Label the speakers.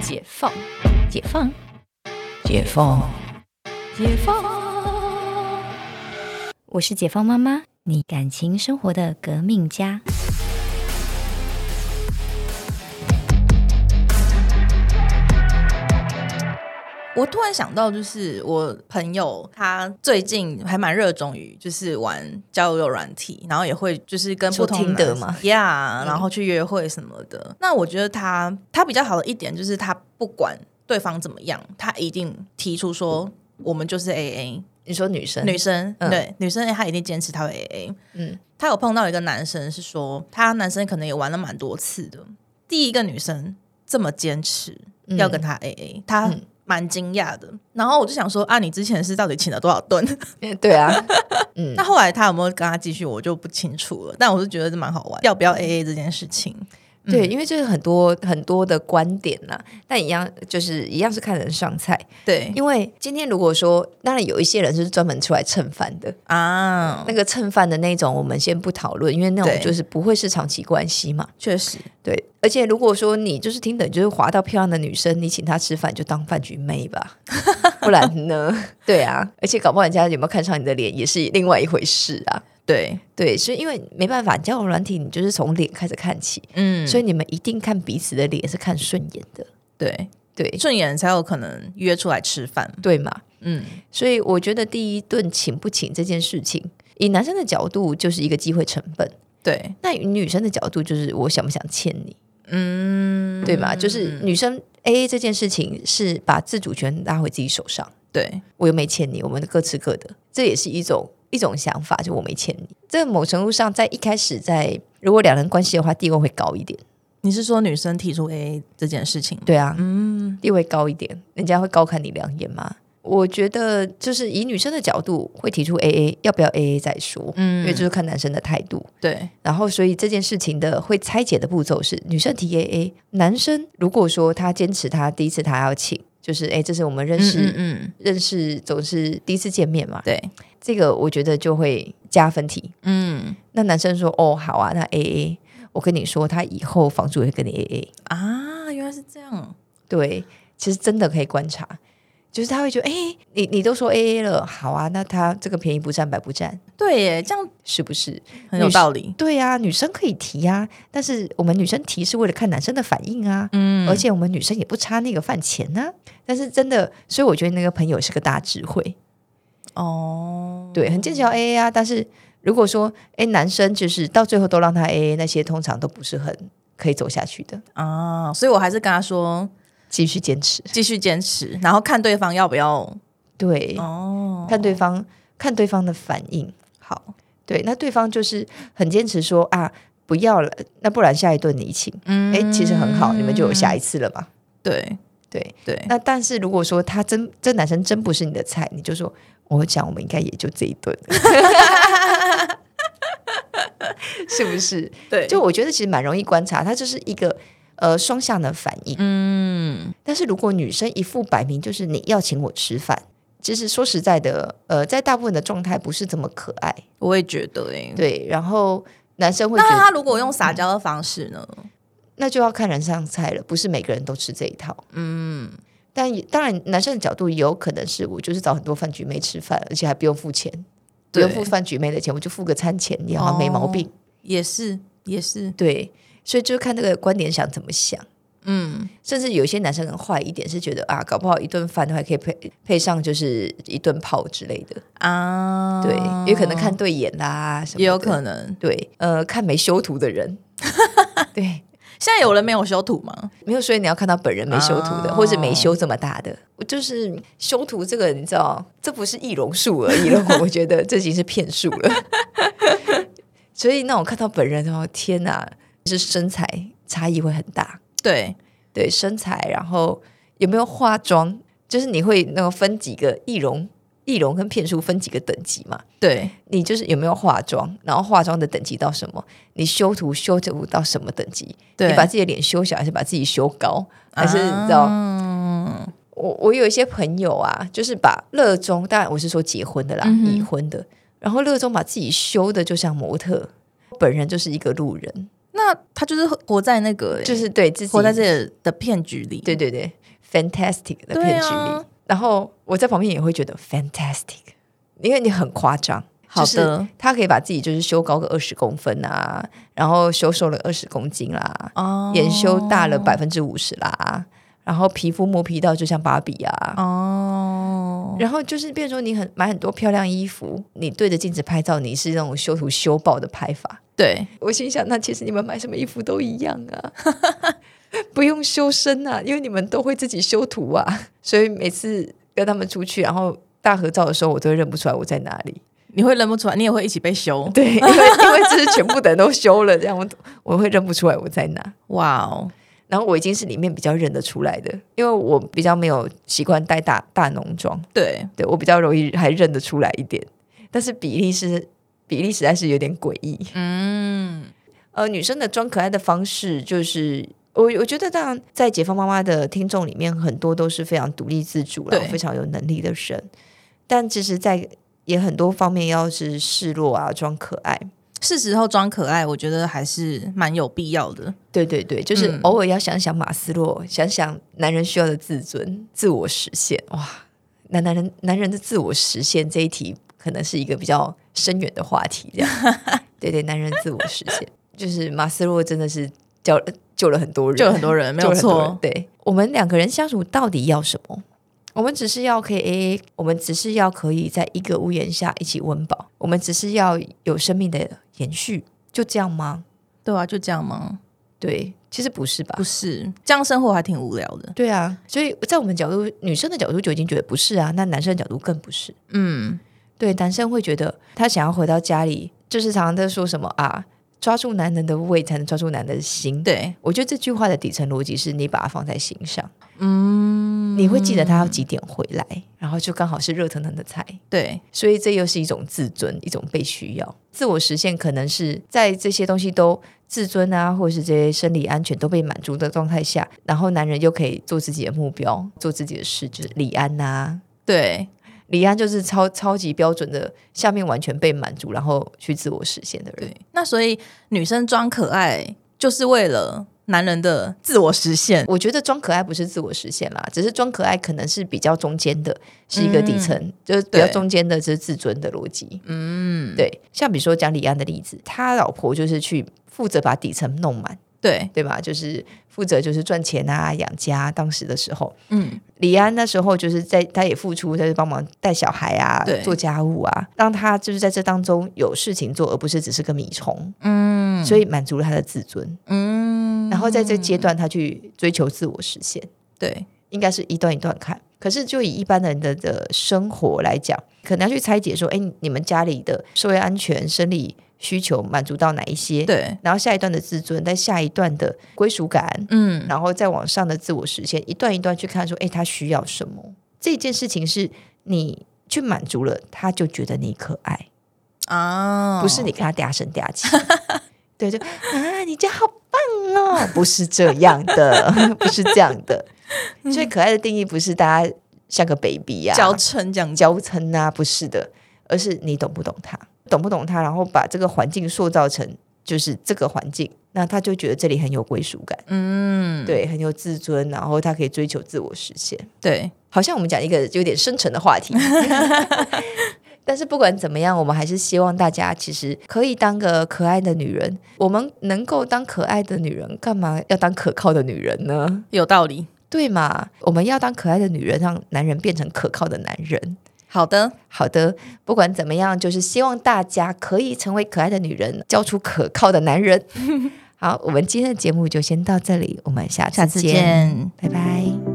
Speaker 1: 解放，解放，解放，解放。
Speaker 2: 我是解放妈妈，你感情生活的革命家。
Speaker 1: 我突然想到，就是我朋友他最近还蛮热衷于就是玩交友软体，然后也会就是跟不同
Speaker 3: 说
Speaker 1: 的
Speaker 3: Tinder 吗嗯
Speaker 1: ，Yeah，然后去约会什么的。那我觉得他他比较好的一点就是他不管对方怎么样，他一定提出说我们就是 AA。
Speaker 3: 你说女生
Speaker 1: 女生、
Speaker 3: 嗯
Speaker 1: 对女生，她一定坚持她会 AA。
Speaker 3: 嗯，
Speaker 1: 她有碰到一个男生是说，他男生可能也玩了蛮多次的，第一个女生这么坚持
Speaker 3: 嗯
Speaker 1: 要跟他 AA，她
Speaker 3: 嗯
Speaker 1: 蛮惊讶的。然后我就想说啊，你之前是到底请了多少顿？
Speaker 3: 对啊，嗯
Speaker 1: 那，后来他有没有跟他继续，我就不清楚了。但我是觉得这蛮好玩，要不要 AA 这件事情，嗯
Speaker 3: 对，因为这是很多很多的观点啦，但一样就是一样是看人上菜。
Speaker 1: 对
Speaker 3: 因为今天如果说，当然有一些人是专门出来蹭饭的，
Speaker 1: 啊
Speaker 3: 那，个蹭饭的那种，我们先不讨论，因为那种
Speaker 1: 对
Speaker 3: 就是不会是长期关系嘛。
Speaker 1: 确实
Speaker 3: 对，而且如果说你就是听的，就是滑到漂亮的女生，你请她吃饭就当饭局妹吧，不然呢？ 对啊，而且搞不好人家有没有看上你的脸也是另外一回事啊。
Speaker 1: 对，
Speaker 3: 对，所以因为没办法，交友软体你就是从脸开始看起，
Speaker 1: 嗯，
Speaker 3: 所
Speaker 1: 所
Speaker 3: 以
Speaker 1: 以
Speaker 3: 你们一定看彼此的脸是看顺眼的，
Speaker 1: 对
Speaker 3: 对
Speaker 1: 顺眼才有可能约出来吃饭。
Speaker 3: 对嘛？
Speaker 1: 嗯，
Speaker 3: 所以我觉得第一顿请不请这件事情，以男生的角度就是一个机会成本，
Speaker 1: 对，
Speaker 3: 那以女生的角度就是我想不想欠你，
Speaker 1: 嗯，
Speaker 3: 对吧？就是女生 A A 这件事情是把自主权拉回自己手上，
Speaker 1: 对
Speaker 3: 我又没欠你，我们各吃各的，这也是一种一种想法，就我没欠你。这某程度上，在一开始在如果两人关系的话，地位会高一点，
Speaker 1: 你是说女生提出 AA 这件事情吗？
Speaker 3: 对啊，
Speaker 1: 嗯，
Speaker 3: 地位高一点，人家会高看你两眼吗？我觉得就是以女生的角度会提出 A A，要不要 A A 再说，
Speaker 1: 嗯
Speaker 3: 因为就是看男生的态度。
Speaker 1: 对
Speaker 3: 然后，所以这件事情的会拆解的步骤是，女生提 A A，男生如果说他坚持他第一次他要请，就是哎，这是我们认识、
Speaker 1: 嗯嗯嗯，
Speaker 3: 认识总是第一次见面嘛，
Speaker 1: 对，
Speaker 3: 这个我觉得就会加分题。
Speaker 1: 嗯
Speaker 3: 那男生说哦好啊，那 A A，我跟你说，他以后房主也会跟你 A A，
Speaker 1: 啊，原来是这样，
Speaker 3: 对，其实真的可以观察。就是他会觉得，哎、你你都说 A A 了，好啊，那他这个便宜不占白不占，
Speaker 1: 对耶，这样
Speaker 3: 是不是？
Speaker 1: 很有道理。
Speaker 3: 对啊，女生可以提啊，但是我们女生提是为了看男生的反应啊，
Speaker 1: 嗯
Speaker 3: 而且我们女生也不差那个饭钱呢、但是真的，所以我觉得那个朋友是个大智慧，
Speaker 1: 哦，
Speaker 3: 对，很坚持要 A A 啊。但是如果说，哎，男生就是到最后都让他 A A，那些通常都不是很可以走下去的，
Speaker 1: 啊，所以我还是跟他说
Speaker 3: 继续坚持。
Speaker 1: 继续坚持，然后看对方要不要
Speaker 3: 对，
Speaker 1: 哦，
Speaker 3: 看对方，看对方的反应。
Speaker 1: 好，
Speaker 3: 对，那对方就是很坚持说啊，不要了，那不然下一顿你请。
Speaker 1: 嗯
Speaker 3: 哎，其实很好，你们就有下
Speaker 1: 一
Speaker 3: 一次了嘛。
Speaker 1: 对
Speaker 3: 对，
Speaker 1: 对
Speaker 3: 那但是如果说他真这男生真不是你的菜，你就说我讲我们应该也就这一顿， 是不是？
Speaker 1: 对，
Speaker 3: 就我觉得其实蛮容易观察，他就是一个呃双向的反应。
Speaker 1: 嗯
Speaker 3: 但是如果女生一副摆明就是你要请我吃饭，其实说实在的，呃，在大部分的状态不是这么可爱，
Speaker 1: 我也觉得哎，
Speaker 3: 对。然后男生会觉
Speaker 1: 那
Speaker 3: 得
Speaker 1: 他如果用撒娇的方式呢？
Speaker 3: 那就要看人上菜了，不是每个人都吃这一套。
Speaker 1: 嗯，
Speaker 3: 但也当然，男生的角度也有可能是我就是找很多饭局妹吃饭，而且还不用付钱，不
Speaker 1: 对哦
Speaker 3: 用付饭局妹的钱，我就付个餐钱，也好像没毛病。
Speaker 1: 也是也是，
Speaker 3: 对，所以就是看这个观点想怎么想。
Speaker 1: 嗯
Speaker 3: 甚至有些男生很坏一点，是觉得啊，搞不好一顿饭还可以配配上就是一顿炮之类的，
Speaker 1: 啊，
Speaker 3: 对，也可能看对眼啦，什么的
Speaker 1: 也有可能。
Speaker 3: 对，呃，看没修图的 人，对，
Speaker 1: 现在有人没有修图吗？
Speaker 3: 没有，所以你要看到本人没修图的，
Speaker 1: 哦
Speaker 3: 或者没修这么大的，我啊就是修图这个，你知道，这不是易容术而已了，我觉得这已经是骗术 了。所以那我看到本人哦，天哪，就是身材差异会很大，
Speaker 1: 对，
Speaker 3: 对身材，然后有没有化妆，就是你会那个分几个易容、易容跟骗术分几个等级嘛？
Speaker 1: 对，
Speaker 3: 你就是有没有化妆，然后化妆的等级到什么？你修图修图到什么等级？
Speaker 1: 对
Speaker 3: 你把自己的脸修小，还是把自己修高？
Speaker 1: 啊
Speaker 3: 还是你知道？
Speaker 1: 嗯，
Speaker 3: 我我有一些朋友啊，就是把热衷，当然我是说结婚的啦，
Speaker 1: 嗯哼
Speaker 3: 已婚的，然后热衷把自己修的就像模特，本人就是一个路人。
Speaker 1: 那那他就是活在那个、欸
Speaker 3: 就是对自己
Speaker 1: 活在自己的骗局里。
Speaker 3: 对对对，fantastic 的
Speaker 1: 对
Speaker 3: 骗局里。
Speaker 1: 啊
Speaker 3: 然后我在旁边也会觉得 fantastic，因为你很夸张。
Speaker 1: 好
Speaker 3: 就是
Speaker 1: 的
Speaker 3: 他可以把自己就是修高个二十公分啊，然后修瘦了二十公斤啦，
Speaker 1: 哦
Speaker 3: 眼修大了百分之五十啦，然后皮肤磨皮到就像芭比啊，
Speaker 1: 哦，
Speaker 3: 然后就是变成说你很买很多漂亮衣服，你对着镜子拍照，你是那种修图修爆的拍法，
Speaker 1: 对，
Speaker 3: 我心想，那其实你们买什么衣服都一样啊， 不用修身啊，因为你们都会自己修图啊。所以每次跟他们出去，然后大合照的时候，我都会认不出来我在哪里。
Speaker 1: 你会认不出来，你也会一起被修。
Speaker 3: 对，因为因为这是全部的人都 修了，这样我我会认不出来我在哪。
Speaker 1: 哇哦，
Speaker 3: 然后我已经是里面比较认得出来的，因为我比较没有习惯带大大浓妆，
Speaker 1: 对，
Speaker 3: 对我比较容易还认得出来一点。但是比例是比例实在是有点诡异。
Speaker 1: 嗯，
Speaker 3: 呃，女生的装可爱的方式，就是我我觉得，当然在解放妈妈的听众里面，很多都是非常独立自主然后
Speaker 1: 对
Speaker 3: 非常有能力的人，但其实，在也很多方面要是示弱啊，装可爱。
Speaker 1: 是时候装可爱，我觉得还是蛮有必要的。
Speaker 3: 对对对，就是
Speaker 1: 嗯
Speaker 3: 偶尔要想想马斯洛，想想男人需要的自尊、自我实现。哇，那男人男人的自我实现这一题，可能是一个比较深远的话题。 这样，对对，男人自我实现，就是马斯洛真的是教救了很多人，
Speaker 1: 就有很多 人没有
Speaker 3: 就很多人
Speaker 1: 错，
Speaker 3: 对我们两个人相处到底要什么？我们只是要可以 AA，我们只是要可以在一个屋檐下一起温饱，我们只是要有生命的延续，就这样吗？
Speaker 1: 对啊，就这样吗？
Speaker 3: 对，其实不是吧
Speaker 1: 不？是，这样生活还挺无聊的。
Speaker 3: 对啊，所以在我们角度，女生的角度就已经觉得不是啊，那男生的角度更不是。
Speaker 1: 嗯，
Speaker 3: 对，男生会觉得他想要回到家里，就是常常在说什么啊，抓住男人的胃才能抓住男人的心。
Speaker 1: 对，
Speaker 3: 我觉得这句话的底层逻辑是你把它放在心上，嗯，你会记得他要几点回来，然后就刚好是热腾腾的菜，
Speaker 1: 对，
Speaker 3: 所以这又是一种自尊，一种被需要。自我实现可能是在这些东西都自尊啊，或者是这些生理安全都被满足的状态下，然后男人又可以做自己的目标，做自己的事，就是李安呐、
Speaker 1: 对，
Speaker 3: 李安就是超超级标准的，下面完全被满足，然后去自我实现的人。
Speaker 1: 对。那所以女生装可爱就是为了男人的自我实现。
Speaker 3: 我觉得装可爱不是自我实现啦，只是装可爱可能是比较中间的，是一个底层，就是比较
Speaker 1: 嗯对
Speaker 3: 中间的，就是自尊的逻辑。
Speaker 1: 嗯，
Speaker 3: 对，像比如说讲李安的例子，他老婆就是去负责把底层弄满，
Speaker 1: 对，
Speaker 3: 对吧？就是负责就是赚钱啊、养家。当时的时候，
Speaker 1: 嗯，
Speaker 3: 李安那时候就是在他也付出，就是帮忙带小孩啊
Speaker 1: 对、
Speaker 3: 做家务啊，让他就是在这当中有事情做，而不是只是个米虫。嗯，所以满足了他的自尊。嗯，然后在这阶段，他去追求自我实现。
Speaker 1: 对，
Speaker 3: 应该是一段一段看。可是就以一般人的的生活来讲，可能要去拆解说，哎，你们家里的社会安全、生理需求满足到哪一些？。
Speaker 1: 对，
Speaker 3: 然后下一段的自尊，在下一段的归属感，
Speaker 1: 嗯，
Speaker 3: 然后再往上的自我实现，一段一段去看说，哎，他需要什么？这件事情是你去满足了，他就觉得你可爱，
Speaker 1: 啊，
Speaker 3: 不是你跟他嗲声嗲气。嗯 对，就啊，你家好棒哦， 不是这样 的，不是这样的。所以可爱的定义不是大家像个 baby 呀、
Speaker 1: 娇嗔这样子。
Speaker 3: 娇嗔啊，不是的，而是你懂不懂他，懂不懂他，然后把这个环境塑造成就是这个环境，那他就觉得这里很有归属感，
Speaker 1: 嗯，
Speaker 3: 对，很有自尊，然后他可以追求自我实现。
Speaker 1: 对，
Speaker 3: 好像我们讲一个有点深沉的话题。 但是不管怎么样，我们还是希望大家其实可以当个可爱的女人。我们能够当可爱的女人，干嘛要当可靠的女人呢？
Speaker 1: 有道理。
Speaker 3: 对嘛？我们要当可爱的女人，让男人变成可靠的男人。
Speaker 1: 好的，
Speaker 3: 好的，不管怎么样，就是希望大家可以成为可爱的女人，交出可靠的男 人。好，我们今天的节目就先到这里，我们下次
Speaker 1: 下次
Speaker 3: 见
Speaker 1: 见
Speaker 3: 拜拜。